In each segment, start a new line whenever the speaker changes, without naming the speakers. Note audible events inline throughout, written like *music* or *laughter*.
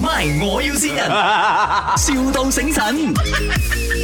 MY，我要先人，,笑到醒神。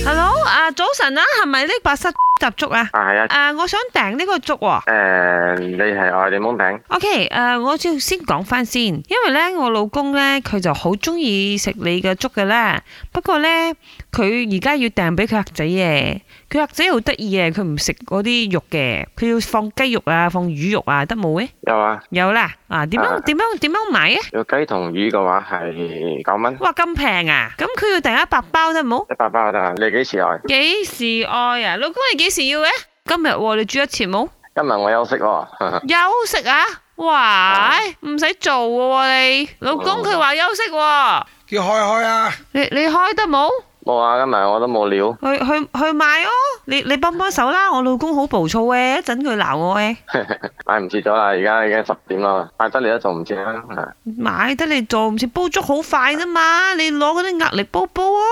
Hello，啊早晨啊，係咪呢白室雜粥啊？
啊，係啊，
啊，我想訂呢個粥喎、
誒、你係愛檸檬餅，
OK，誒、我照先講翻先，因為咧我老公咧佢就好中意食你嘅粥嘅咧，不過咧佢而家要訂俾佢客仔嘅，佢客仔好得意嘅，佢唔食嗰啲肉嘅，佢要放雞肉啊，放魚肉啊，得冇嘅？
有啊，
有啦，啊點樣
啊
點樣點樣買啊？
有雞同魚嘅話係九蚊
哇咁平啊！咁佢要訂一百包得冇？
一百包啊！你幾時愛？
幾時愛啊？老公你幾時要嘅？今日喎、你煮一次冇？
今日我休息喎、 *laughs*
休息啊？哇！唔使做嘅喎、你，老公佢話休息喎、
叫開開啊！
你你開得冇？
冇啊，今日我都冇料，
去去去買哦！你你幫幫手啦，我老公好暴躁嘅，一陣佢鬧我嘅。
買唔切咗啦，而家已經十點啦，買得你都做唔切啦。 *laughs* 啊
買得你做唔切煲粥好快啫嘛，你攞嗰啲壓力煲煲哦，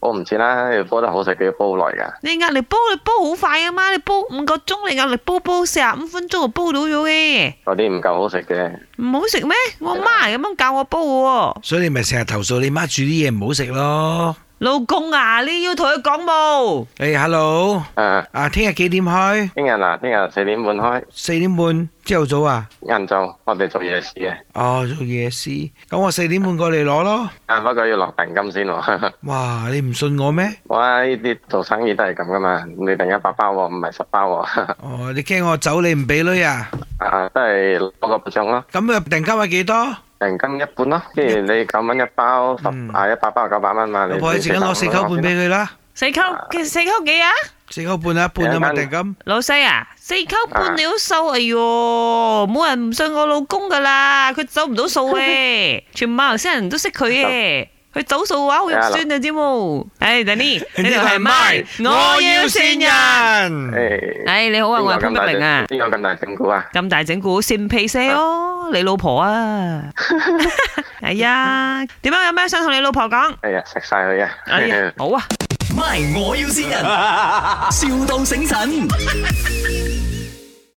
煲唔切啦，要煲得好食嘅，要煲耐㗎。
你壓力煲你煲好快啊嘛，你煲五個鐘你壓力煲煲四十五分鐘就煲到咗嘅，
嗰啲唔夠好食嘅。 *laughs*
唔好食咩？我媽係咁樣教我煲嘅喎。
所以你咪成日投訴你媽煮啲嘢唔好食咯。
老公啊，你要同佢講冇？
誒、h e l l o
誒，
啊，聽日幾點開？
聽日嗱，聽日四點半開，
四點半，朝頭早啊。
晏晝我哋做夜市嘅，
哦，做夜市，咁我四點半過嚟攞咯。
啊不過要落定金先喎。 *laughs*
哇，你唔信我咩？
我呢啲做生意都係咁㗎嘛，你定一百包喎，唔係十包喎。 *laughs*
哦，你驚我走你唔俾女啊？
啊，都係攞個保障咯，
咁啊，定金係幾多？
人均一半咯，即係你九蚊一包，十
嗯
啊一百包九百蚊嘛，
老
你
婆，一陣間攞四九半俾佢啦，
四溝四溝幾啊？
四九半啊，一半啊嘛，定金。
老細啊，四溝半你都收，哎哟，冇人唔信我老公噶啦，佢走唔到數 *laughs* 嘅，全馬來西亞人都識佢 *laughs* 嘅，佢走數嘅話好肉酸啊，知冇？唉，Danny，呢 *laughs* 度係 My，我要線人。
人。
誒，
唉，你好啊，我係潘德玲啊，
邊個咁大整蠱啊？
咁大整蠱，扇屁聲哦，你老婆 *laughs* 啊，哎呀，點樣有咩想同你老婆 *laughs* 講？
哎呀，食晒佢
哎呀
*laughs* 啊！，
好啊。
MY，我要先人，,笑到醒神。